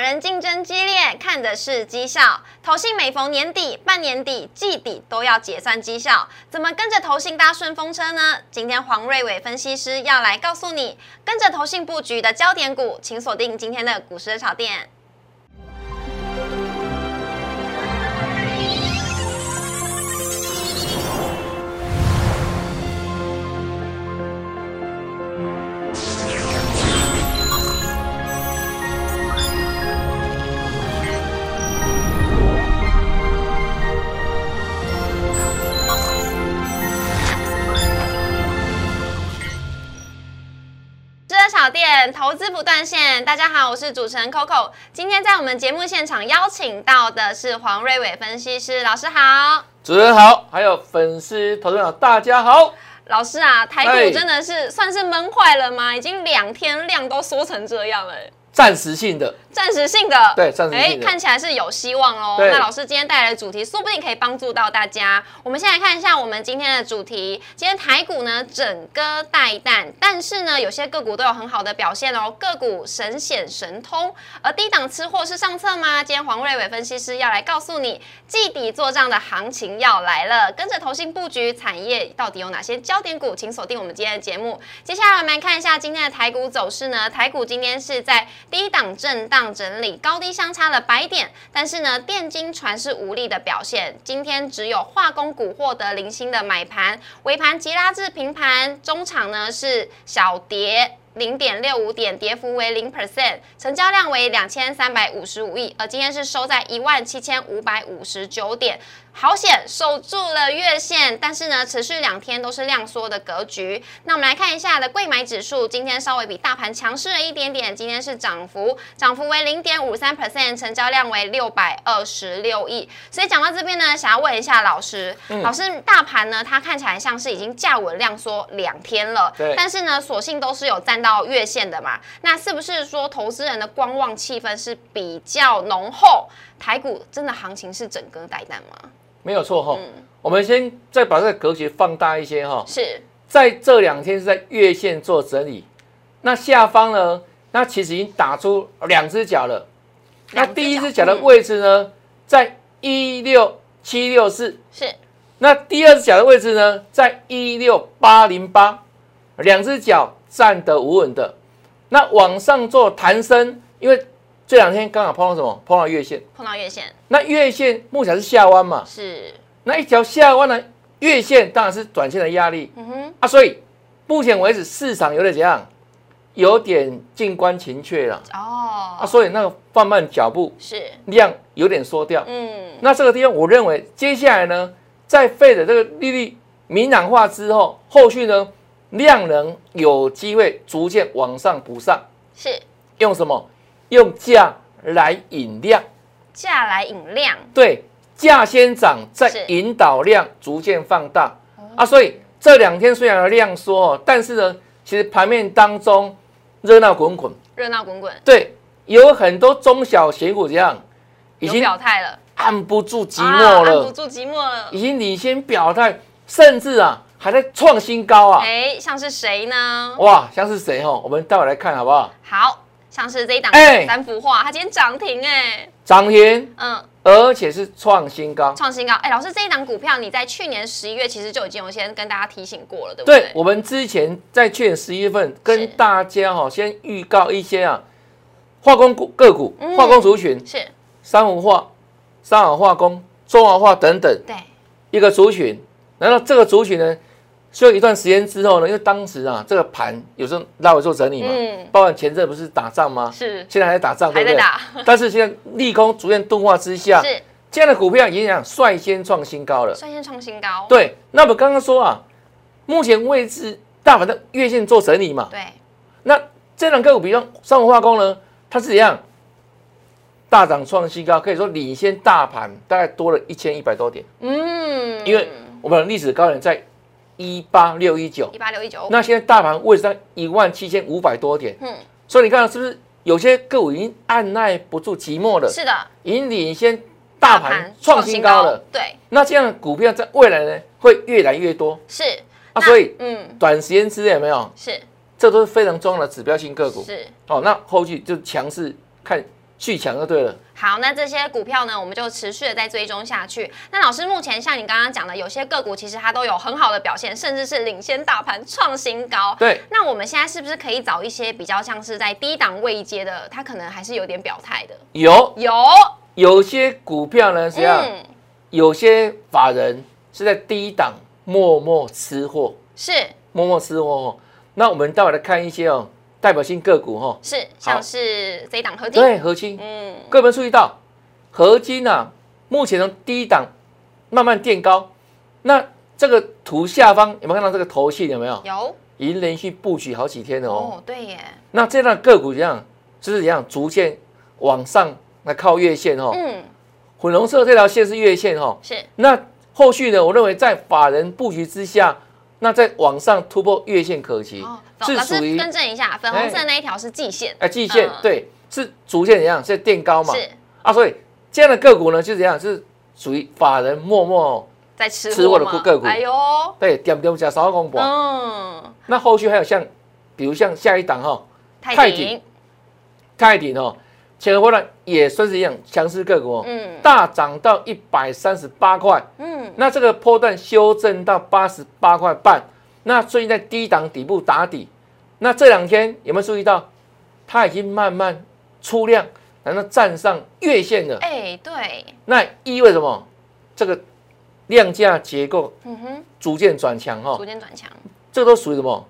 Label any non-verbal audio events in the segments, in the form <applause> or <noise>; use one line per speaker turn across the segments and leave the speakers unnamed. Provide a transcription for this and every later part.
人竞争激烈，看的是绩效。投信每逢年底、半年底、季底都要结算绩效，怎么跟着投信搭顺风车呢？今天黄瑞伟分析师要来告诉你，跟着投信布局的焦点股，请锁定今天的股市的炒店。知的小店投资不断线，大家好，我是主持人 Coco。今天在我们节目现场邀请到的是黄瑞伟分析师，老师好。
主持人好，还有粉丝、投资长大家好。
老师啊，台
哎
股真的是算是闷坏了吗？已经两天量都缩成这样了、
暂时性的，
暂时性的，
对暂时性的
看起来是有希望喽。
对
那老师今天带来的主题，说不定可以帮助到大家。我们先来看一下我们今天的主题。今天台股呢整个带弹，但是呢有些个股都有很好的表现哦，个股神显神通。而低档吃货是上策吗？今天黄瑞伟分析师要来告诉你，季底做账的行情要来了，跟着投信布局产业到底有哪些焦点股，请锁定我们今天的节目。接下来我们来看一下今天的台股走势呢。台股今天是在低档震荡整理，高低相差了百点，但是呢，电金船是无力的表现。今天只有化工股获得零星的买盘，尾盘急拉至平盘，中场呢是小跌。零点六五点，跌幅为零 percent，成交量为两千三百五十五亿，而今天是收在一万七千五百五十九点，好险守住了月线，但是呢，持续两天都是量缩的格局。那我们来看一下的贵买指数，今天稍微比大盘强势了一点点，今天是涨幅，涨幅为零点五三 percent，成交量为六百二十六亿。所以讲到这边呢，想要问一下老师，老师，大盘呢，它看起来像是已经价稳量缩两天了，
对
但是呢，所幸都是有站到月线的嘛，那是不是说投资人的观望气氛是比较浓厚？台股真的行情是整个带弹吗？
没有错哈、
嗯
我们先再把这个格局放大一些哈、
是，
在这两天是在月线做整理，那下方呢，那其实已经打出两只脚了。那
两只脚嗯
第一只脚的位置呢，在一六七六四，
是
那第二只脚的位置呢，在一六八零八，两只脚站得稳稳的。那往上做弹升，因为这两天刚好碰到什么？碰到月线。
碰到月线，
那月线目前是下弯嘛？
是，
那一条下弯的月线当然是短线的压力
嗯哼，
啊，所以目前为止市场有点怎样？有点静观情却了
哦，
啊，所以那个放慢脚步，
是，
量有点缩掉。
嗯，
那这个地方，我认为接下来呢，在费的这个利率明朗化之后，后续呢，量能有机会逐渐往上补上。
是
用什么？用价来引量，
价来引量，
对，价先涨，再
是
引导量逐渐放大
哦
啊。所以这两天虽然有量缩哦，但是呢，其实盘面当中热闹滚滚，
热闹滚滚，
对，有很多中小型股这样已
有
经
表态了，
按不住寂
啊
寞了。
按不住寂寞了。
已经领先表态，甚至啊还在创新高啊！
哎，像是谁呢？
哇，像是谁哦？我们待会来看好不好？
好，像是这一档
哎
三幅画，它今天涨停哎，
涨停，
嗯，
而且是创新高。
创新高。哎，老师，这一档股票你在去年十一月其实就已经有先跟大家提醒过了，对不
对
对？
我们之前在去年十一月份
是
跟大家哈、先预告一些啊化工股个股、
嗯
化工族群，
是，
三文化、三好化工、中华化等等
对，
一个族群。然后这个族群呢，休一段时间之后呢，因为当时啊这个盘有时候拉回做整理嘛，
嗯
包含前阵不是打仗吗？
是
现在还在打仗，啊对
还在
不对？
打，
但是现在利空逐渐钝化之
<laughs>
下，
是
这样的股票影响率先创新高了。
率先创新高，
对，那我们刚刚说啊，目前位置大盘的月线做整理嘛，
对，
那这两个股，比如说上文化工呢，它是怎样大涨创新高，可以说领先大盘大概多了一千一百多点，
嗯，
因为我们的历史高点在一八六一九
一，八六一九，
那现在大盘位置在一万七千五百多点，
嗯，
所以你看是不是有些个股已经按耐不住寂寞了？
是的，
已经领先大盘创新高了。，
对，
那这样的股票在未来呢会越来越多
是
啊，
那
所以
嗯，
短时间之内有没有，
是
这都是非常重要的指标性个股。
是
哦，那后续就强势看去抢就对了。
好，那这些股票呢，我们就持续的在追踪下去。那老师，目前像你刚刚讲的，有些个股其实它都有很好的表现，甚至是领先大盘创新高。
对，
那我们现在是不是可以找一些比较像是在低档位阶的，它可能还是有点表态的？
有
有，
有些股票呢，实际上、
嗯，
有些法人是在低档默默吃货，
是
默默吃货哦。那我们待会来看一些哦代表性个股哦，
是，像是这一档合金，
对，合金，
嗯，
各位有没有注意到合金啊？目前从低档慢慢垫高，那这个图下方有没有看到这个头线？有没有
有，
已经连续布局好几天了哦？
哦，对耶，
那这样的个股怎样？就是怎样逐渐往上来靠月线哦。
嗯，
混红色这条线是月线哦。
是
那后续呢？我认为在法人布局之下，那在往上突破月线可期
哦，，老
是
老
属
师
于哎
更正一下，粉红色那一条是季线，
啊季线
嗯
对，是逐渐怎样是垫高嘛
是
啊，所以这样的个股呢，就怎样是属于法人默默
在吃
吃货的
吗
个股
哎呦，
对点点加少公博。
嗯，
那后续还有像，比如像下一档哈、哦，
泰
泰
鼎
鼎，泰鼎哦，前波段也算是一样强势个股哦，
嗯
大涨到一百三十八块。
嗯，
那这个波段修正到八十八块半，那最近在低档底部打底，那这两天有没有注意到，它已经慢慢出量，然后站上月线了？
哎，对，
那意味着什么？这个量价结构
嗯哼，
逐渐转强哦
逐，渐转强，
这都属于什么？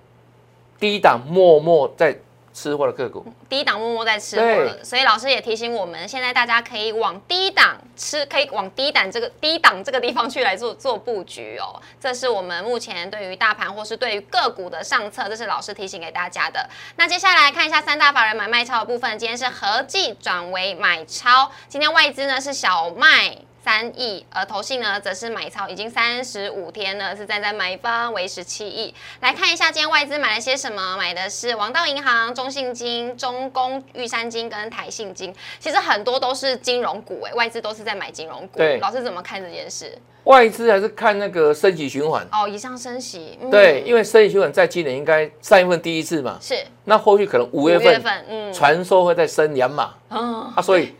低档默默在吃货的个股，
低档默默在吃货了，所以老师也提醒我们，现在大家可以往低档吃，可以往低档这个低档这个地方去来做做布局哦。这是我们目前对于大盘或是对于个股的上策，这是老师提醒给大家的。那接下来看一下三大法人买卖超的部分，今天是合计转为买超，今天外资呢是小卖。三亿，而投信呢则是买超，已经三十五天了，是站在买方为十七亿。来看一下今天外资买了些什么，买的是王道银行、中信金、中工、玉山金跟台信金，其实很多都是金融股、哎，外资都是在买金融股。
对
老师怎么看这件事？
外资还是看那个升息循环。
哦，以上升息，嗯、
对，因为升息循环在今年应该三月份第一次嘛，
是
那后续可能五
五
月份
嗯，
传说会再升两码
嗯，
啊，所以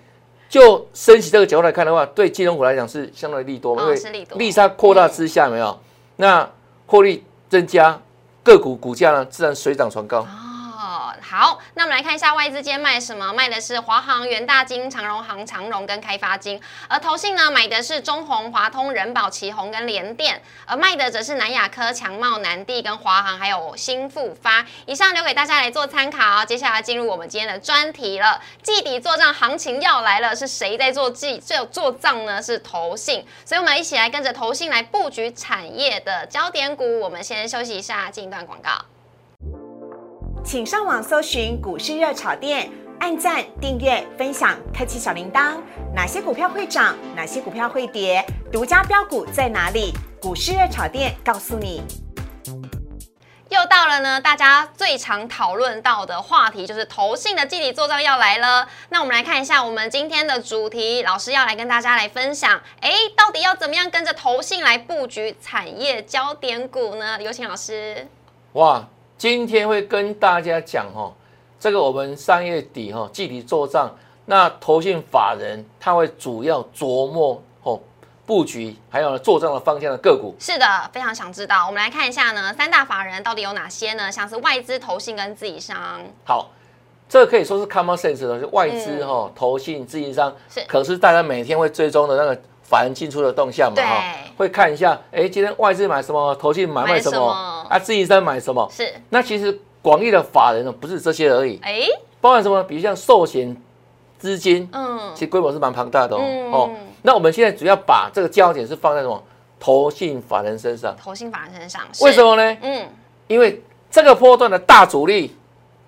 就升息这个角度来看的话，对金融股来讲是相对利多嘛，
哦
因为
是利多
利差扩大之下，有没有，那获利增加，个股股价呢自然水涨船高。
哦，好，那我们来看一下外资今天卖什么？卖的是华航、元大金、长荣航、长荣跟开发金，而投信呢买的是中宏、华通、人保、旗宏跟联电，呃而卖的则是南亚科、强茂、南地跟华航，还有新复发。以上留给大家来做参考。接下来进入我们今天的专题了，季底做账行情要来了，是谁在做季做做账呢？是投信，所以我们一起来跟着投信来布局产业的焦点股。我们先休息一下，进一段广告。
请上网搜寻股市热炒店，按赞、订阅、分享，开启小铃铛。哪些股票会涨？哪些股票会跌？独家标股在哪里？股市热炒店告诉你。
又到了呢，大家最常讨论到的话题就是投信的集体做账要来了。那我们来看一下我们今天的主题，老师要来跟大家来分享，哎，到底要怎么样跟着投信来布局产业焦点股呢？有请老师。
哇，今天会跟大家讲哦，这个我们三月底哈、哦、季底做账，那投信法人他会主要琢磨哦布局，还有呢做账的方向的个股。
是的，非常想知道。我们来看一下呢，三大法人到底有哪些呢？像是外资、投信跟自营商。
好，这可以说是 common sense 的，就外资
嗯
哈、哦、投信、自营商
是，
可是大家每天会追踪的那个法人进出的动向嘛哈、
对
会看一下，哎，今天外资买什么，投信买
买
卖什
什
么
么，
啊，自营商买什么？
是，
那其实广义的法人呢，不是这些而已，
哎，
包含什么？比如像寿险资金，
嗯
其，实规模是蛮庞大的哦,、
嗯
哦。那我们现在主要把这个焦点是放在什么？投信法人身上，
投信法人身上。
为什
么？
么呢？
嗯，
因为这个波段的大主
<laughs>
力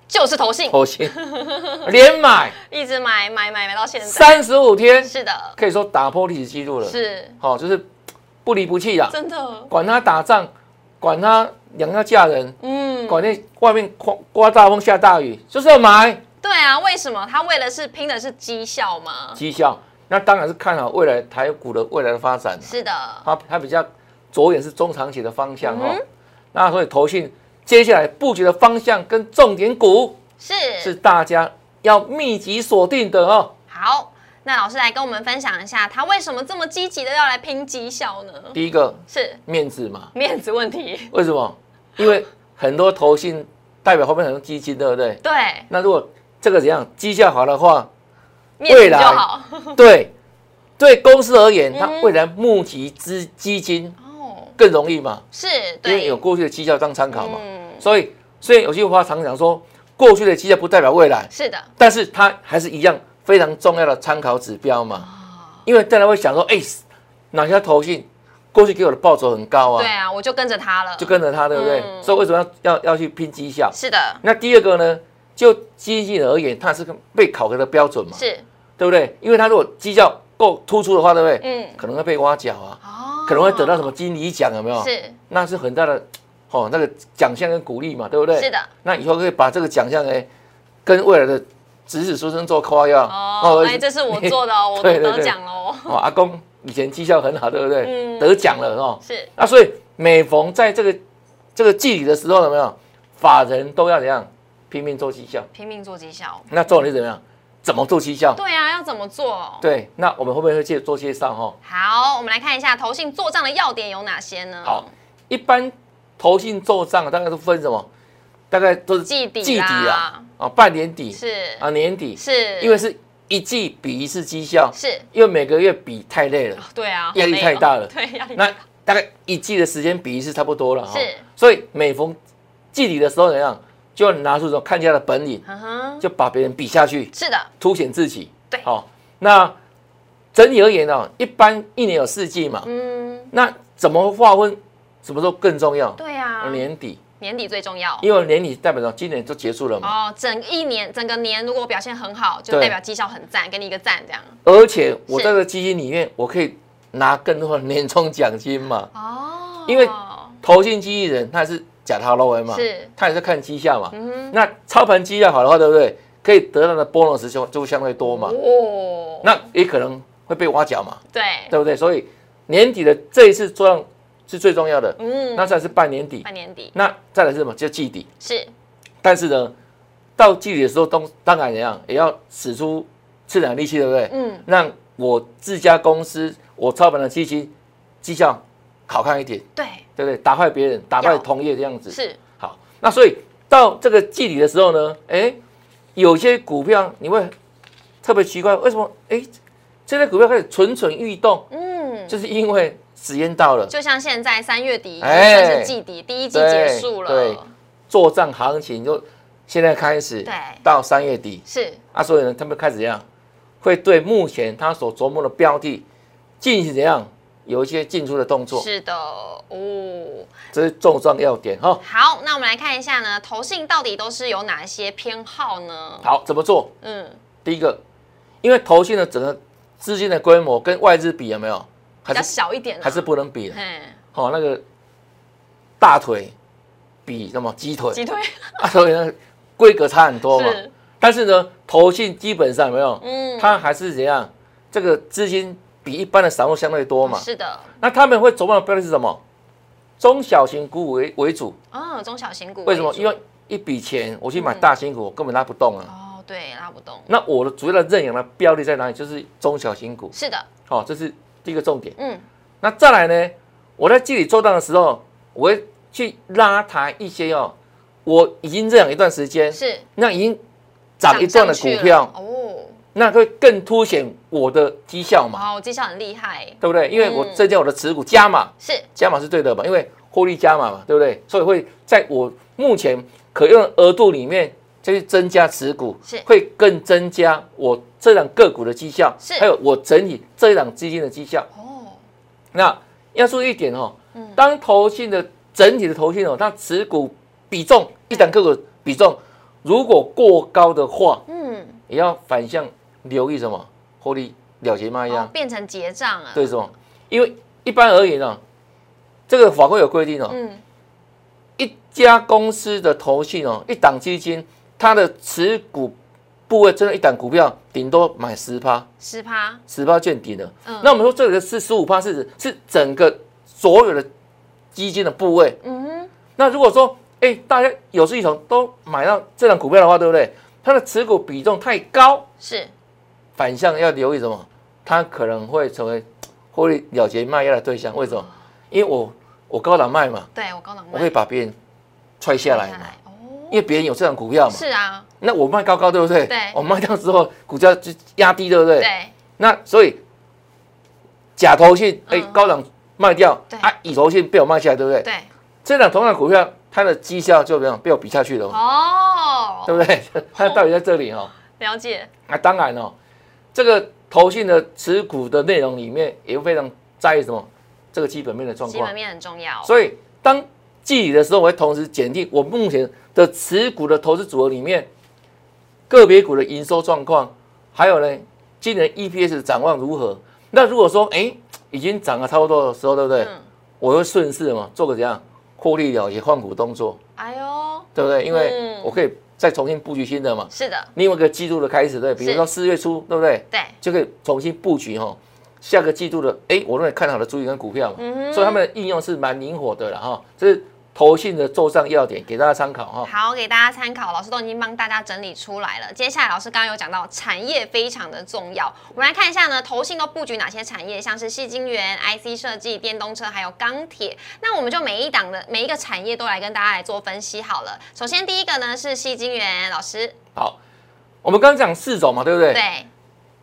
就是投信，
投信连买
一直买买买买到现在。
三十五天，
是的，
可以说打破历史记录了。
是
好、就是不离不弃啦，啊
真的。
管他打仗，管他娘要嫁人，
嗯，
管那外面刮刮大风下大雨，就是要买
对啊，为什么他为了是拼的是绩效吗？
绩效。那当然是看好未来台股的未来的发展，
是的，
它它比较着眼是中长期的方向哦
嗯。
那所以投信接下来布局的方向跟重点股
是
是大家要密集锁定的哦。
好，那老师来跟我们分享一下，他为什么这么积极的要来拼绩效呢？
第一个
是
面子嘛，
面子问题， <laughs>
为什么？因为很多投信代表后面很多基金，对不对？
对，
那如果这个怎样绩效好的
<laughs>
话，
面子
未
就
来
好。
对对公司而言，它
嗯
未来募集资基金
哦，
更容易嘛，
是，
因为
对，
有过去的绩效当参考嘛。
嗯，
所以，所以有句话常讲说，过去的绩效不代表未来，
是的，
但是它还是一样非常重要的参考指标嘛。
啊，
因为大家会想说，哎、哪家投信过去给我的报酬很高啊
对，啊，我就跟着他了，
就跟着它，对不对？
嗯
所以为什么要要要去拼绩效？
是的，
那第二个呢，就基金而言，它是个被考核的标准嘛，
是，
对不对？因为它如果绩效够突出的话，对不对？
嗯，
可能会被挖角啊，
哦，
可能会得到什么金理奖，有没有？
是
那是很大的哦，那个奖项跟鼓励嘛，对不对？
是的，
那以后可以把这个奖项哎，跟未来的子子孙孙做夸耀。
哦，哎，这是我做的哦，我
对对
得
对
奖了哦，
<laughs> 哦，阿公以前绩效很好，对不对？
嗯
得奖了哦。
是，
那所以每逢在这个这个季里的时候，有没有法人都要怎样拼命做绩效？
拼命做绩效，
那重点是怎么样？怎么做绩效？
对啊，要怎么做？
对，那我们会不会会介做介绍哈？
好，我们来看一下投信做账的要点有哪些呢？
好，，一般投信做账大概都分什么？大概都是
季底
季底啊
啦，
啊半年底
是
啊年底，
是，
因为是一季比一次绩效，
是，
因为每个月比太累
<laughs>
了
哦，对啊，
压力
好累哦
太大了
<laughs> 对，压力
那大概一季的时间比一次差不多了哈。
是，
所以每逢季底的时候怎样，就要拿出一种看家的本领，
嗯哼，
就把别人比下去，
是的，
凸显自己。
对
好、那整体而言呢、哦一般一年有四季嘛，
嗯，
那怎么划分，什么时候更重要？
对啊，
年底，
年底最重要。
因为年底代表着今年就结束了嘛，
哦，整一年整个年如果表现很好，就
对
代表绩效很赞，给你一个赞这样。
而且我
是
在这个基金里面，我可以拿更多的年终奖金嘛。
哦，
因为投信基金人他是假他捞 A 嘛，
是
他也是看绩效嘛。
嗯
那操盘绩效好的话，对不对？可以得到的 bonus 就就相对多
哼，
嘛。
哦，
那也可能会被挖角嘛，
对，
对不对？所以年底的这一次做账是最重要的，
嗯，
那再来是半年底，
半年底
那再来是什么？就季底。
是
但是呢，到季底的时候，当当然怎样，也要使出吃点力气，对不对？
嗯，
让我自家公司我操盘的基金绩效好看一点，
对，
对不对？打坏别人，打
要
坏同业这样子。
是
好，那所以到这个季底的时候呢，哎，有些股票你会特别奇怪，为什么？哎，这类股票开始蠢蠢欲动，
嗯，
就是因为时间到了，
就像现在三月底
哎
也算是季底，第一季结束
对
了，
做账行情就现在开始
对，
到三月底
是
啊，所以呢，他们开始怎样，会对目前他所琢磨的标的进行怎样有一些进出的动作，
是的哦。
这是重磅要点哈。
好，那我们来看一下呢，投信到底都是有哪一些偏好呢？
好，怎么做？
嗯，
第一个，因为投信的整个资金的规模跟外资比有没有？
比
还
较
是
小一点啊，
还是不能比的。
嘿，
哦，那个大腿比什么鸡腿
鸡腿
啊，所以呢规格差很多嘛。
是，
但是呢，投信基本上有没有，
嗯，
它还是怎样？这个资金比一般的散户相对多嘛。
嗯是的，
那他们会琢磨的标的是什么？中小型股为为主，
嗯，中小型股
为什么？
主嗯
因为一笔钱我去买大型股，我根本拉不动啊。
哦，对，拉不动，
那我的主要的认养的标的在哪里？就是中小型股。
是的，
好、这是第一个重点。
嗯，
那再来呢，我在这里做账的时候，我会去拉抬一些哦，我已经这样一段时间，
是
那已经涨一段的
上
股
去
票
了，哦，
那会更凸显我的绩效嘛，
哦，绩效很厉害，
对不对？因为我
嗯
增加我的持股加码，
是
加码是对的嘛，因为获利加码嘛，对不对？所以会在我目前可用的额度里面。再去增加持股
是，
会更增加我这档个股的绩效，
是
还有我整体这一档基金的绩效。
哦，
那要注意一点哦
嗯，
当投信的整体的投信哦，它持股比重一档个股比重如果过高的话，
嗯，
也要反向留意什么获利了结卖
哦
压，，
变成结账了，
哎对什么？因为一般而言呢，这个法规有规定哦，
嗯，
一家公司的投信哦，一档基金它的持股部位，真的一档股票顶多买十趴，
十趴，
十趴见底的。
嗯
那我们说这个是十五趴，是指是整个所有的基金的部位。
嗯哼，
那如果说，哎、大家有志一同都买到这档股票的话，对不对？它的持股比重太高，
是
反向要留意什么？它可能会成为获利了结卖压的对象。为什么？因为我我高档卖嘛，
对我高档卖，
我会把别人踹下来
买
嘛，
哦，
因为别人有这档股票嘛。
是啊，
那我卖高高，对不对？
对
我卖掉之后，股价就压低，对不对？
对，
那所以假头信哎、
嗯
高档卖掉
对，
啊乙头信被我卖下来，对不对？
对，
这两同样的股票，它的绩效就怎么样被我比下去了嘛，
哦，
对不对？ <laughs> 它的道理在这里哦。
了解，
啊，当然哦，这个投信的持股的内容里面也非常在意什么这个基本面的状
基
况
本，面很重要，
所以当记忆的时候，我会同时检定我目前的持股的投资组合里面个别股的营收状况，还有呢今年 EPS 的展望如何。那如果说哎已经涨了差不多的时候，对不对？
嗯，
我会顺势嘛做个怎样获利了结换股动作，
哎呦，
对不对？因为
嗯
我可以再重新布局新的嘛，
是的，
另外一个季度的开始，对，比如
是
说四月初，对不对？
对，
就可以重新布局哈、哦，下个季度的哎，我认为看好的主力跟股票嘛，
嗯哼
所以他们的应用是蛮灵活的了哈、这是投信的做账要点，给大家参考哈、
好，给大家参考，老师都已经帮大家整理出来了。接下来，老师刚刚有讲到产业非常的重要，我们来看一下呢，投信都布局哪些产业，像是细晶圆、IC 设计、电动车，还有钢铁。那我们就每一档的每一个产业都来跟大家来做分析好了。首先第一个呢是细晶圆，老师
好，我们刚刚讲四种嘛，对不对？
对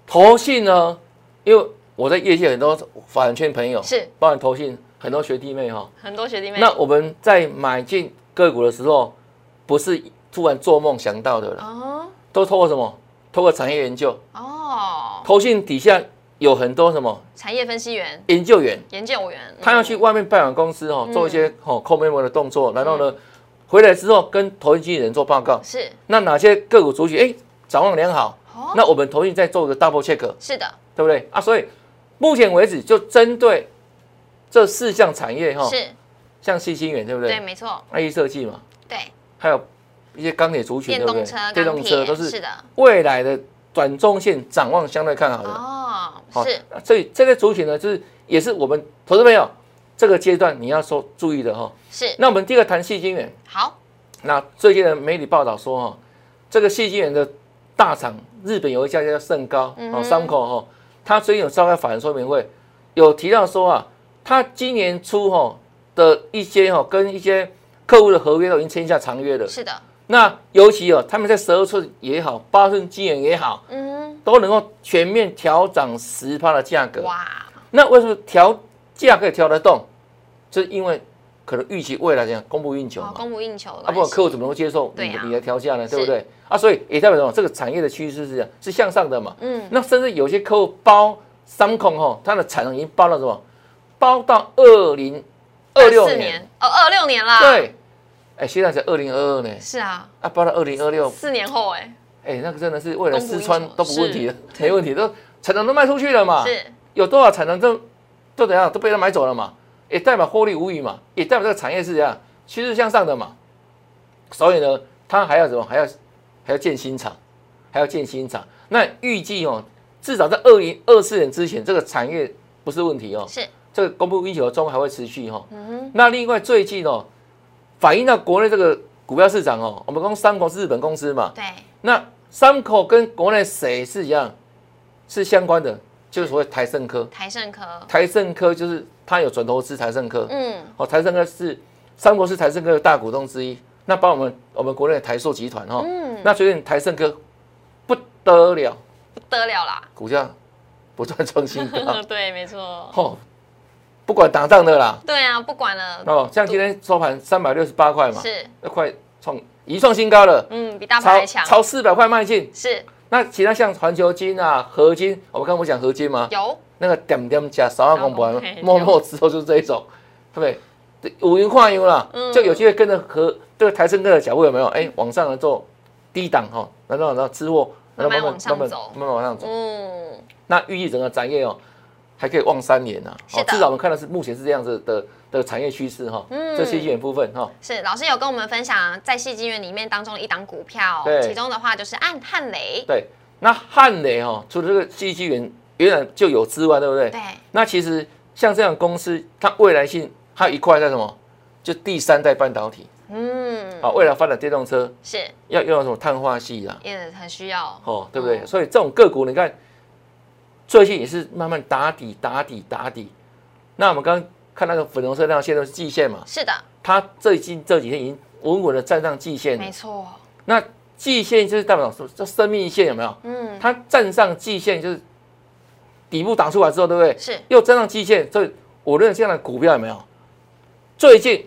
投信呢，因为我在业界很多法人圈朋友，
是
包含投信很多学弟妹哈、
很多学弟妹，
那我们在买进个股的时候，不是突然做梦想到的了，
哦
都透过什么？透过产业研究，
哦，
投信底下有很多什么
产业分析员、
研究员。
研究员，
他要去外面拜访公司
嗯
哦，做一些哦 c o m m e m o 的动作，然后呢，回来之后跟投信经纪人做报告
嗯。是
那哪些个股族群哎展望良好，
哦
那我们投信再做个 double check，对
是的，
不对啊？所以目前为止就针对这四项产业哈，
是
像细心源对不
对，
哦对
没错，
？IE 设计嘛，
对，
还有一些钢铁族群
电
对不
动车、
对？
钢
电动车
铁
都
是
是
的，
未来的短中线展望相对看好的。
哦
呃好
是，
那所以这个族群呢，就是也是我们投资朋友这个阶段你要说注意的哦哈。
是
那我们第二个谈细晶圆，
好，
那最近的媒体报道说哈，这个细晶圆的大厂日本有一家叫盛高
嗯
哦
哼
三口哈，它最近有召开法人说明会，有提到说啊，它今年初哈的一些哈跟一些客户的合约都已经签下长约了，
是的，
那尤其哦，他们在十二寸也好，八寸晶圆也好，
嗯，
都能够全面调涨十趴的价格。
哇，
那为什么调价可以调得动？就是因为可能预期未来这样供不应求
哦
嘛，
供不应求的
啊，
关
不然
系，
客户怎么能接受
对
你
啊
的你的调价呢？
是
对不对？啊，所以也代表什么？这个产业的趋势是这样，是向上的嘛。
嗯，
那甚至有些客户包三控吼，它的产能已经包到什么？包到二零二六
四
年，，
哦，二六年啦，，
对。哎，现在才二零二二呢，
是啊，
啊，包到二零二六，
四年后哎，
哎，那个真的是未来
供不应
四川
求
都不
是
问题了， <laughs> 没问题，都产能都卖出去了嘛。
是
有多少产能都都怎样都被他买走了嘛，也代表获利无虞嘛，也代表这个产业是怎样趋势向上的嘛。所以呢，它还要怎么还要还要建新厂，还要建新厂。那预计哦，至少在二零二四年之前，这个产业不是问题哦，
是，
这个供不应求的中还会持续哦。
嗯
那另外最近哦，反映到国内这个股票市场哦，我们公司三口是日本公司嘛
哼，，对，
那三口跟国内谁是一样是相关的，就是所谓台盛科。
台盛科，
台盛科就是他有转投资台盛科，
嗯，
哦，台盛科是三国是台盛科的大股东之一，那把我们我们国内的台塑集团哦，
嗯
那最近台盛科不得了，
不得了
<laughs>
啦，
股价不断创新
<laughs>
高，
对，没错，
哦，不管打仗的啦，
对啊，不管了，
哦，像今天收盘三百六十八块嘛，
嗯是，
那快创一创新高了，
嗯，比大盘
超
还强，
超四百块卖进，
是
那其他像环球金啊、合金，我们刚刚不讲合金吗？
有，
那个点点加三万公
三万
盘
公，盘
默默之后就是这一种，对不对？五云跨云啦
嗯，
就有机会跟着和这个台升哥的脚步有没有？哎，往上来做低档哈，然后然后吃货，然后
慢慢往上
慢慢
走
慢慢往上走。
嗯，
那预计整个产业哦，还可以望三年呐。
是的
至少我们看到是目前是这样子的的产业趋势哈，
嗯
这是一点部分哈。
是老师有跟我们分享在戏剧院里面当中的一档股票，
对
其中的话就是暗汉雷，
对，那汉雷哈，除了这个戏剧原原来就有之外，对不对？
对，
那其实像这样的公司，它未来性还有一块在什么？就第三代半导体。
嗯，
啊，未来发展电动车
是
要用到什么碳化系啊，
也很需要，
哦，对不对？
哦
所以这种个股，你看最近也是慢慢打底打底打底。那我们刚刚看那个粉红色那条线都是季线嘛，
是的，
它最近这几天已经稳稳的站上季线了
没。错，
那季线就是代表什么？叫生命线有没有？
嗯，
它站上季线就是底部打出来之后，对不对？
是
又站上季线，所以我认为这样的股票有没有？最近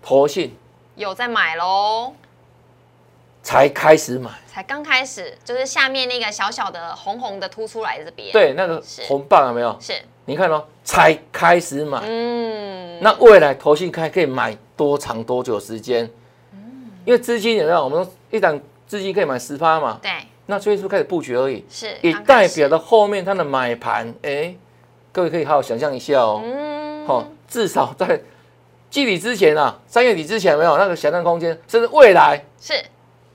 投信
有在买喽，
才开始买，
才刚开始，就是下面那个小小的红红的凸出来这边，，
对那个
是
红棒有没有？
是，
你看哦，才开始买，
嗯，
那未来投信开可以买多长多久时间？
嗯
因为资金有没有？我们说一档资金可以买十趴嘛，
对，
那最近是不是开始布局而已？
是，
也
刚开
代
始
表，了后面它的买盘，哎，各位可以好好想象一下哦。
嗯，
好、至少在季底之前啊，三月底之前有没有那个想象空间，甚至未来
是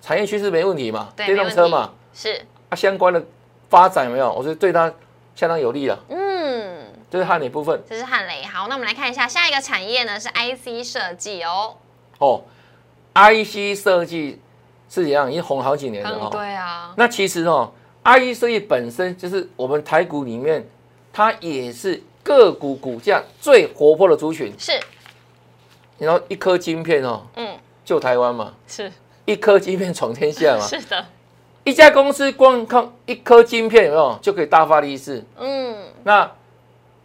产业趋势没问题嘛，
对
电动车
没问
嘛，
是，
啊相关的发展有没有？我觉得对它相当有利了，
嗯。
这是它的部分
这是汉雷。好，那我们来看一下下一个产业呢，是 IC 设计哦。
哦。IC 设计是怎样？已经红好几年了
嗯，
哦。
对啊，
那其实哦，IC 设计本身就是我们台股里面，它也是个股股价最活泼的族群。
是，
然后一颗晶片哦，
嗯，
救台湾嘛，
是，
一颗晶片闯天下嘛。
是的，
一家公司光靠一颗晶片有没有就可以大发利市？
嗯，
那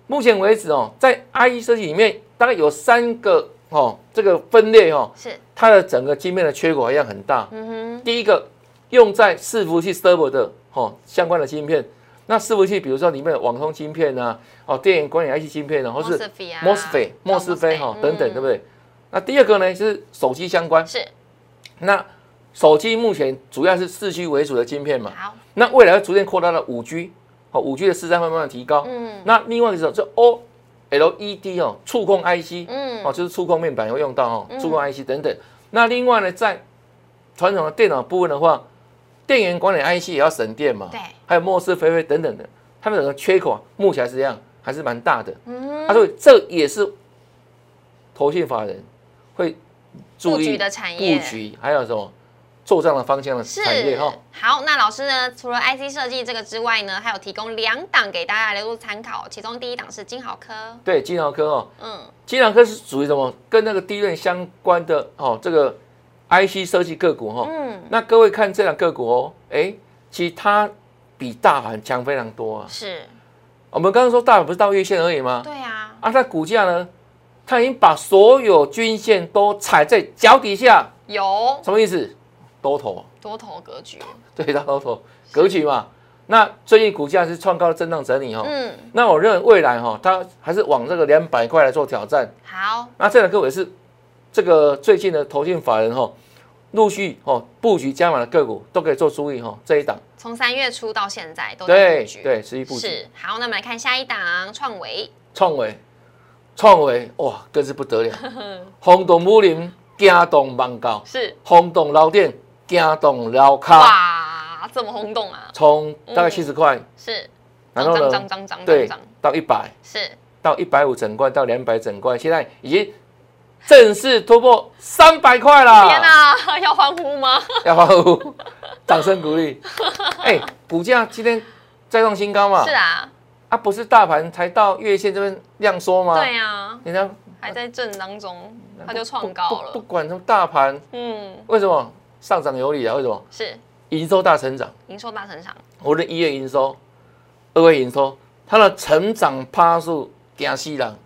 目前为止哦，在 IE 设计里面，大概有三个哦，这个分类哦，
是，
它的整个晶片的缺口一样很大。
嗯
第一个用在伺服器 server 的哦相关的晶片，那伺服器比如说里面有网通晶片啊，哦电源管理 IC 晶片啊，
哼
或是
MOSFET 啊
MOSFET、莫斯菲哈
嗯
等等，对不对？那第二个呢就是手机相关，
是，
那手机目前主要是四 G 为主的晶片嘛，
好，
那未来会逐渐扩大到五 G，好，五 G 的市占会慢慢地提高。
嗯
那另外一种是 O L E D 哦，触控 IC，
嗯
哦，就是触控面板会用到哦，触控 IC 等等。那另外呢，在传统的电脑部分的话，电源管理 IC 也要省电嘛，
对
还有莫斯菲菲等等的，它们整个缺口啊目前还是这样，还是蛮大的。
嗯
啊，所以这也是投信法人会注
布
意
局的产业
布局还有什么做账的方向的
是
产业哦哈。
好，那老师呢？除了 IC 设计这个之外呢，还有提供两档给大家来做参考，其中第一档是金豪科，
对，金豪科哦，
嗯，
金豪科是属于什么？跟那个低润相关的哦，这个 IC 设计个股哈、哦。
嗯，
那各位看这两个股哦，哎，其实它比大盘强非常多啊。
是，
我们刚刚说大盘不是到月线而已吗？
对啊，
啊，它股价呢，它已经把所有均线都踩在脚底下，
有
什么意思？多头啊。 <laughs>
多头格局，
对，大多头格局嘛。那最近股价是创高震荡整理哦。
嗯，
那我认为未来哈、哦，它还是往这个两百块来做挑战。
好，
那这两个也是这个最近的投信法人哈、哦，陆续哦布局加码的个股都可以做注意哈、哦。这一档
从三月初到现在都在
对
布局，
对，持续布局。
是，好，那我们来看下一档创维，
创维，创维哇，更是不得了，
<laughs>
轰动武林，惊动万高，
是，
轰动老店，惊动老卡，
哇，这么轰动啊，
从大概
嗯
七十块，
是，
然
涨
后呢
涨涨涨涨涨
对
涨，，
到一百。
是，
到一百五整罐到两百整罐，现在已经正式突破三百块了。
天哪， <laughs> 要欢呼吗？
要欢呼，掌声鼓
<laughs>
励。哎，股价今天再创新高嘛？
是啊，
啊，不是大盘才到月线这边量缩吗？
对啊，
人家
还在震当中，它就创高
不不
了，
管什么大盘，
嗯，
为什么上涨有理啊？为什么
是
营收大成长？
营收大成长，
无论一月营收、二月营收，它的成长趴数惊死人，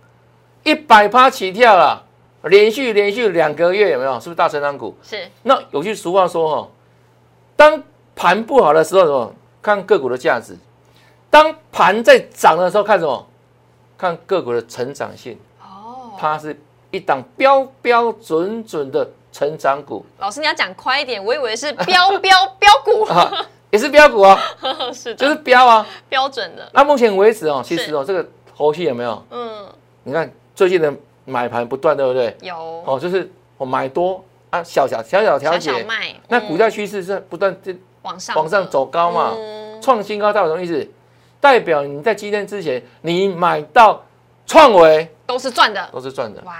一百趴起跳了，连续连续两个月有没有？是不是大成长股？
是，
那有句俗话说哈、当盘不好的时候，什么看个股的价值；当盘在涨的时候，看什么？看个股的成长性。
哦，
它是一档标标准准的成长股
老师你要讲快一点，我以为是标标标股，
啊， <laughs> 也是标股啊，
是
就是
的，
标啊。
标准的，
那目前为止哦，其实哦，这个头绪有没有？
嗯，
你看最近的买盘不断，对不对？
有
哦，就是我买多啊，小小小小调
小小
节。
卖，
那
嗯
股价趋势是不断地
往上
往上
的
走高嘛
嗯
创新高，代表什么意思？代表你在今天之前，你买到创维
都是赚的，
都是赚的，
哇，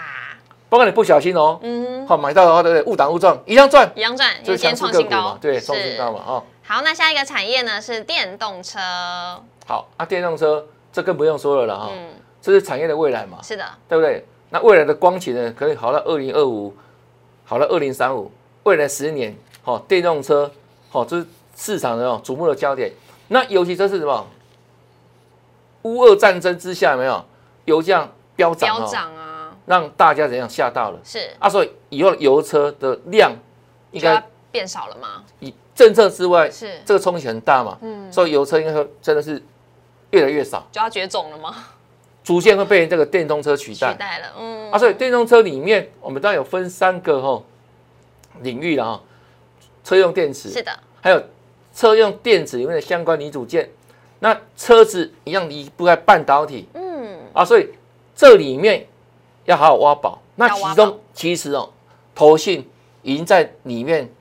包括你不小心哦，
嗯，
好买到的话，对不对？误打误撞一样赚，
一样赚，因
就
为
是
今天
强势
创
个
新
股
高
嘛，，对，
是
创新高嘛，啊，
好，那下一个产业呢是电动车，
好好，啊，电动车这更不用说了了哈、
嗯，
这是产业的未来嘛，
是的，
对不对？那未来的光启呢，可以好到二零二五，好到二零三五，未来十年，好、哦，电动车，好、哦，这是市场的哦瞩目的焦点。那尤其这是什么？乌俄战争之下，有没有油价飙涨、
飙
哦，
涨啊，
让大家怎样吓到了
是
啊？所以以后油车的量应
就
该
要变少了吗？
以政策之外，
是
这个冲击很大嘛，
嗯，
所以油车应该说真的是越来越少，
就要绝种了吗？
逐渐会被这个电动车取
取
代。
代了，嗯，
啊，所以电动车里面，我们当然有分三个吼、领域了哈、车用电
是
池，
的，
还有车用电池里面的相关零组件。那车子一样离不开半导体
嗯，
啊，所以这里面要好好挖宝。那
要挖
其
宝
中其实哦，投信已经在里面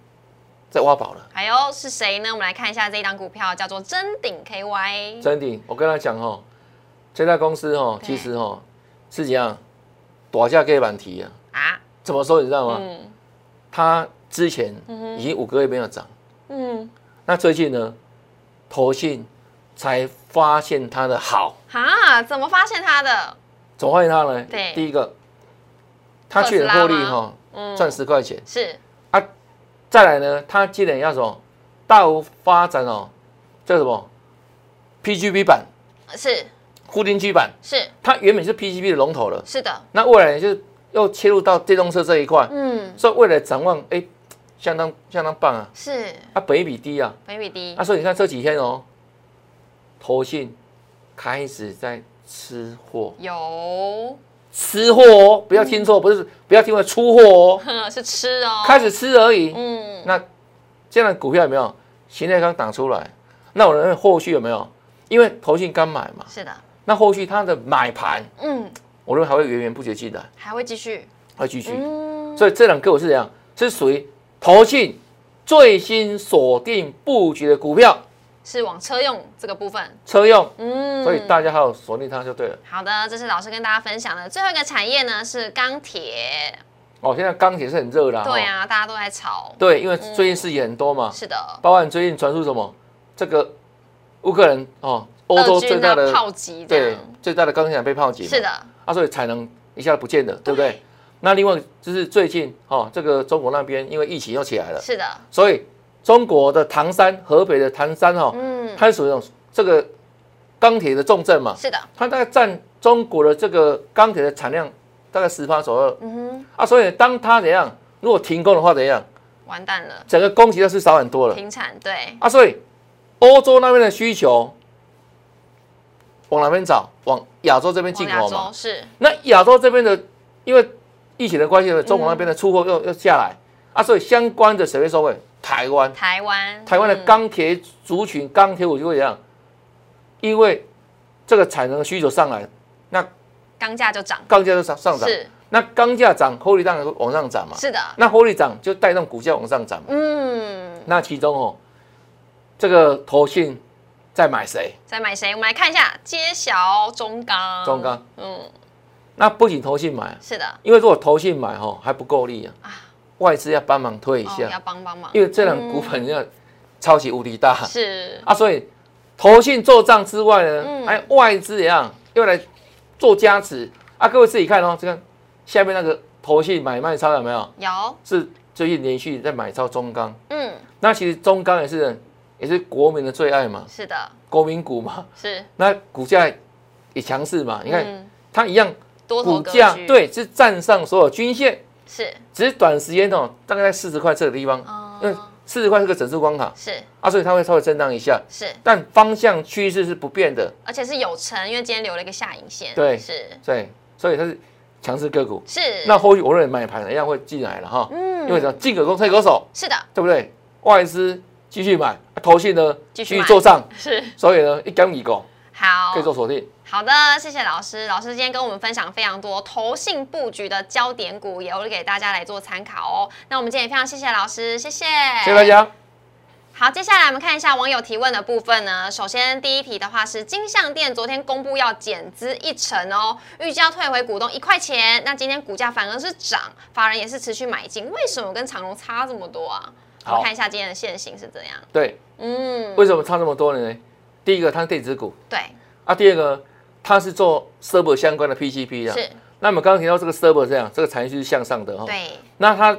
在挖宝了。
还有是谁呢？我们来看一下这一档股票，叫做真鼎 KY，
真的，我跟他讲哦，这家公司
嗯
哦，
对
其实哦是怎样，打价给板提啊？
啊，
怎么说你知道吗？
嗯
它之前已经五个月没有涨，
嗯，
那最近呢，投信才发现它的好，
哈，怎么发现它的？
怎么发现它呢？
对
第一个，它
特
去
斯
年
拉
获利
吗
哈、
嗯
赚十块钱，
是
再来呢，它今年要什么大幅发展哦，叫什么 PGB 版、
是
固定基板，
是
它原本是 PGB 的龙头了。
是的，
那未来就是又切入到电动车这一块，
嗯，
所以未来展望哎，相当相当棒啊，
是
啊，本益比低啊，
北比低
啊，所以你看这几天哦，投信开始在吃货，
有， <laughs>
吃货哦，不要听
嗯
错，不是不要听错，出货哦，
哼，是吃哦，
开始吃而已。
嗯，
那这样的股票有没有形态刚打出来？那我认为后续有没有？因为投信刚买嘛，
是的，
那后续它的买盘，
嗯，
我认为还会源源不绝进来，
还会继续，
会继续。
嗯，
所以这两个我是怎样？是属于投信最新锁定布局的股票，
是往车用这个部分，
车用，
嗯，
所以大家还有锁定它就对了。
好的，这是老师跟大家分享的最后一个产业呢是钢铁，
哦，现在钢铁是很热啦，
对
哦，
啊，大家都在炒，
对，因为最近事情很多嘛，
是的，
包含最近传出什么这个乌克兰哦，欧洲
俄
最
军
大
啊
的
炮击这
对
样，
最大的钢铁厂被炮击嘛，
是，的，
啊，所以产能一下子不见了，对不对？那另外就是最近哦，这个中国那边因为疫情又起来了，
是的，
所以中国的唐山，河北的唐山哦，
嗯，
它是属于那种这个钢铁的重镇嘛，
是的，
它大概占中国的这个钢铁的产量大概十趴左右
嗯
啊，所以当它怎样，如果停工的话怎样，
哼，完蛋了，
整个供给量是少很多了
停产，对，
啊，所以欧洲那边的需求往哪边找？往亚洲这边进
往亚
口
洲
嘛。
是
那亚洲这边的，因为疫情的关系，中国那边的出货
嗯
又又下来啊，所以相关的谁会受惠？台湾，
台湾，
台湾的
嗯
钢铁族群、钢铁股就会怎样？因为这个产能的需求上来，那
钢价就涨，
钢价就上上涨，
是
那钢价涨，获利当然会往上涨嘛。
是的，
那获利涨就带动股价往上涨嘛。
嗯，
那其中哦，这个投信在买谁？
在买谁？我们来看一下，揭晓中钢，
中钢，
嗯，
那不仅投信买，啊
是的，
因为如果投信买哦还不够力啊，外资要帮忙推一
哦，要
下，
帮帮忙，
因为这两股本要超级无敌大
是
啊，所以投信做账之外
嗯
呢，还有外资一样又来做加持啊。各位自己看哦，这个下面那个投信买卖超有没有？
有，
是最近连续在买超中钢。
嗯，
那其实中钢也是也是国民的最爱嘛，
是的，
国民股嘛，
是，
那股价也强势嘛。你看
嗯
它一样，
多头
股
格
价
局，，
对是站上所有均线，
是，
只是短时间哦，大概在四十块这个地方，因为
哦，
四十块是个整数关卡
是
啊，所以它会稍微震荡一下，
是，
但方向趋势是不变的，
而且是有成，因为今天留了一个下影线，
对
是
对，所以它是强势个股。
是，
那后续我认为买盘一样会进来了哈，
嗯
因为叫进可攻退可守，
是的，
对不对？外资继续买，啊投信呢
继
继
续买哦
续做账，
是
所以呢一竿一狗
好
可以，做锁定。
好的，谢谢老师。老师今天跟我们分享非常多投信布局的焦点股，也有给大家来做参考哦。那我们今天也非常谢谢老师，谢谢，
谢谢大。家。
好，接下来我们看一下网友提问的部分呢。首先第一题的话是金相店昨天公布要减资一成哦，预计要退回股东一块钱。那今天股价反而是涨，法人也是持续买进，为什么跟长隆差这么多啊？我
好
们看一下今天的现形是怎样。
对，
嗯，
为什么差这么多呢？第一个它是电子股
对，
啊，第二个它是做 server 相关的 PCB 的。
是，
那么刚刚提到这个 server 这样，这个产业是向上的哈、哦。
对，
那它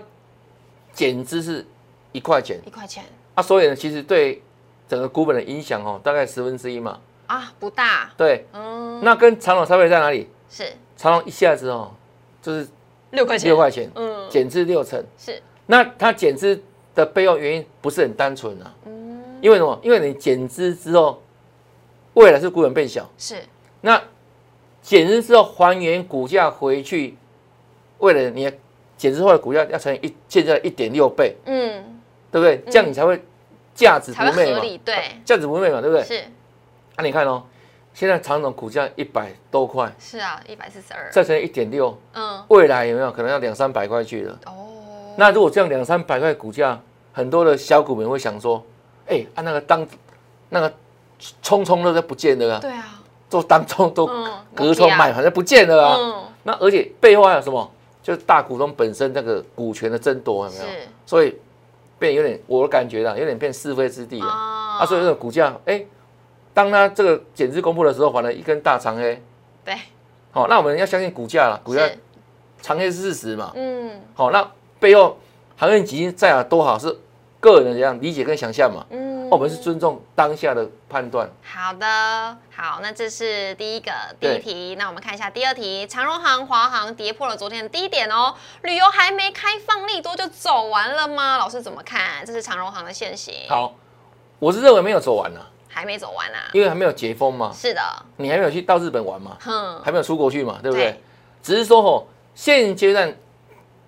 减资是一块钱
一块钱
啊，所以呢，其实对整个股本的影响哦，大概十分之一嘛。
啊，不大，
对，
嗯，
那跟长隆差别在哪里？
是
长隆一下子哦，就是
六块钱，
六块钱，
嗯，
减资六成。
是，
那它减资的背后原因不是很单纯啊，
嗯
因为什么？因为你减资之后，未来是股本变小，
是，
那减资之后还原股价回去，为了你的减资后的股价要乘以一现在一点六倍，
嗯，
对不对？这样你才会价值不
才会
昧
合
嘛，
理，对，
价值不昧嘛，对不对？
是
啊，你看哦，现在长总股价一百多块，
是啊，一百四十二，
再乘以一点六，
嗯，
未来有没有可能要两三百块去了？
哦，
那如果这样两三百块股价，很多的小股民会想说，哎、啊那个当那个冲冲的都不见了啊，
对啊，
做当冲都
嗯，
哦隔冲买，
我
反正不见了
不要，
啊。
嗯，
那而且背后还有什么？就是大股东本身那个股权的争夺有没有？
啊嗯是
所以变有点我的感觉啦，有点变是非之地啊。
啊
啊，所以这个股价，哎、当它这个减资公布的时候，反而一根大长黑。
对，
好、那我们要相信股价啦，股价
是
长黑是事实嘛。
嗯
好、那背后航运基金再有多好是个人的这样理解跟想象嘛。哦
嗯，
我们是尊重当下的判断。
好的，好，那这是第一个第一
对
题，那我们看一下第二题，长荣航、华航跌破了昨天的低点哦，旅游还没开放利多就走完了吗？老师怎么看？这是长荣航的现形，
好，我是认为没有走完啦、
还没走完啊，
因为还没有解封嘛，
是的，
你还没有去到日本玩嘛，
哼，
还没有出国去嘛，对不对
嗯对？
只是说吼，现阶段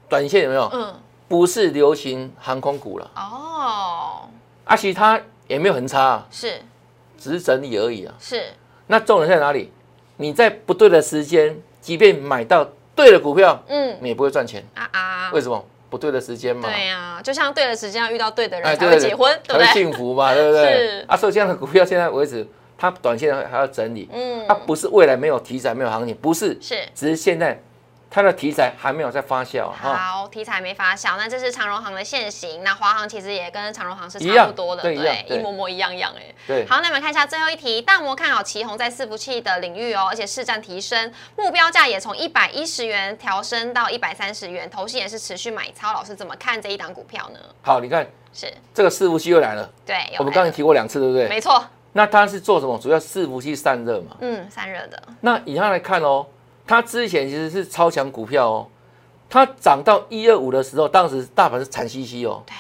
短线有没有
嗯，
不是流行航空股了？
哦，
啊，其实它也没有很差、啊，
是
只是整理而已啊。
是，
那重点在哪里？你在不对的时间，即便买到对的股票，
嗯，
你也不会赚钱。
啊啊
为，什么？不对的时间嘛，哎
对呀、就像对的时间要遇到对的人才
对
会
对
结婚，对不
才会
对？
幸福
<laughs>
嘛，对不对
是？
啊，所以这样的股票现在为止，它短线还还要整理，
嗯
它，不是未来没有题材、没有行情，不是，
是。
只是现在它的题材还没有在发酵啊哈。
好，题材没发酵，那这是长荣行的现形，那华航其实也跟长荣行是
一
差
样
不多的，
对一样
一
对
模模一样样哎。
对，
好，那我们看一下最后一题，大摩看好旗宏在伺服器的领域哦，而且市占提升，目标价也从一百一十元调升到一百三十元，投信也是持续买超，老师怎么看这一档股票呢？
好，你看
是
这个伺服器又来了，
对，有
我们
来
刚
了
才提过两次，对不对？
没错，
那它是做什么？主要伺服器散热嘛。
嗯，散热的，
那以它来看哦，它之前其实是超强股票哦，它涨到一二五的时候，当时大盘是惨兮兮哦，
对，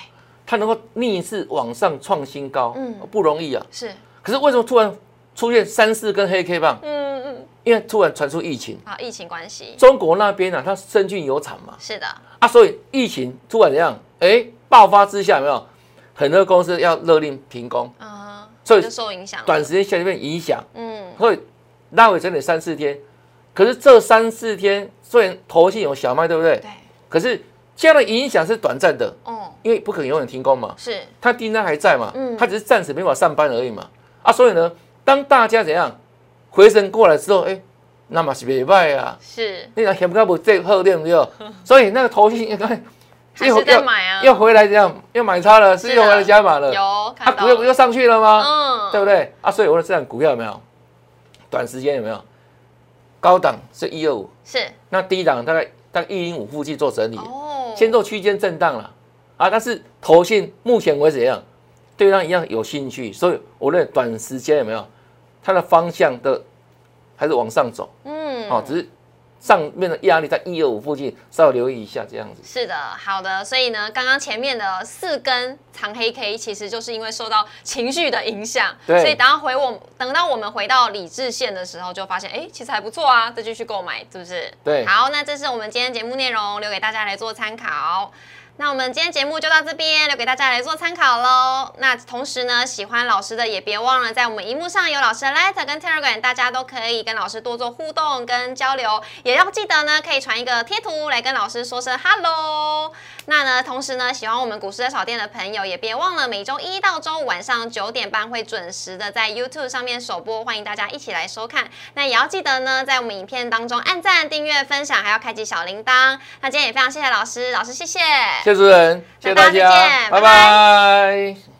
它能够逆势往上创新高，
嗯
不容易啊。
是，
可是为什么突然出现三四根黑 K 棒？
嗯嗯，
因为突然传出疫情，
好，疫情关系，
中国那边啊，它深圳有厂嘛，
是的，
啊，所以疫情突然怎样？哎，爆发之下有没有？很多公司要勒令停工，
嗯，
所以
就受影响了，
短时间下面影响，
嗯，
会拉回整理三四天。可是这三四天虽然投信有小麦，对不对？
对，
可是这样的影响是短暂的，
哦，
因为不可能永远停工嘛，
是，
它订单还在嘛
嗯，
它只是暂时没法上班而已嘛。啊，所以呢，当大家怎样回神过来之后，哎，那么是袂歹啊。
是，
你若嫌不无这好对
<laughs>
不对？所以那个投 <laughs> 信应该
还是在买啊，
要回来怎样？要买它了，是
是
又
的
回来加码了，
有
它
看到
股票呃不就上去了吗？
嗯，
对不对？啊，所以我说这档股票有没有？短时间有没有？高档是一二五，
是
那低档大概大概一零五附近做整理，
哦，
先做区间震荡了啊。但是投信目前为止怎样？对它一样有兴趣，所以我认为短时间有没有它的方向的还是往上走，
嗯，
哦，只是上面的压力在一二五附近，稍微留意一下这样子。
是的，好的，所以呢，刚刚前面的四根长黑 K 其实就是因为受到情绪的影响，
对
所以等到回我等到我们回到理智线的时候，就发现哎，其实还不错啊，再继续购买，是不是？
对
好，那这是我们今天节目内容，留给大家来做参考。那我们今天节目就到这边，留给大家来做参考喽。那同时呢，喜欢老师的也别忘了在我们荧幕上有老师的 Letter 跟 Telegram，大家都可以跟老师多做互动跟交流，也要记得呢可以传一个贴图来跟老师说声 Hello。那呢，同时呢，喜欢我们股市的小店的朋友也别忘了每周一到周五晚上九点半会准时的在 YouTube 上面首播，欢迎大家一起来收看。那也要记得呢，在我们影片当中按赞、订阅、分享，还要开启小铃铛。那今天也非常谢谢老师，老师谢谢
谢谢主持人，谢谢大
那大家再
家
见，拜
拜拜。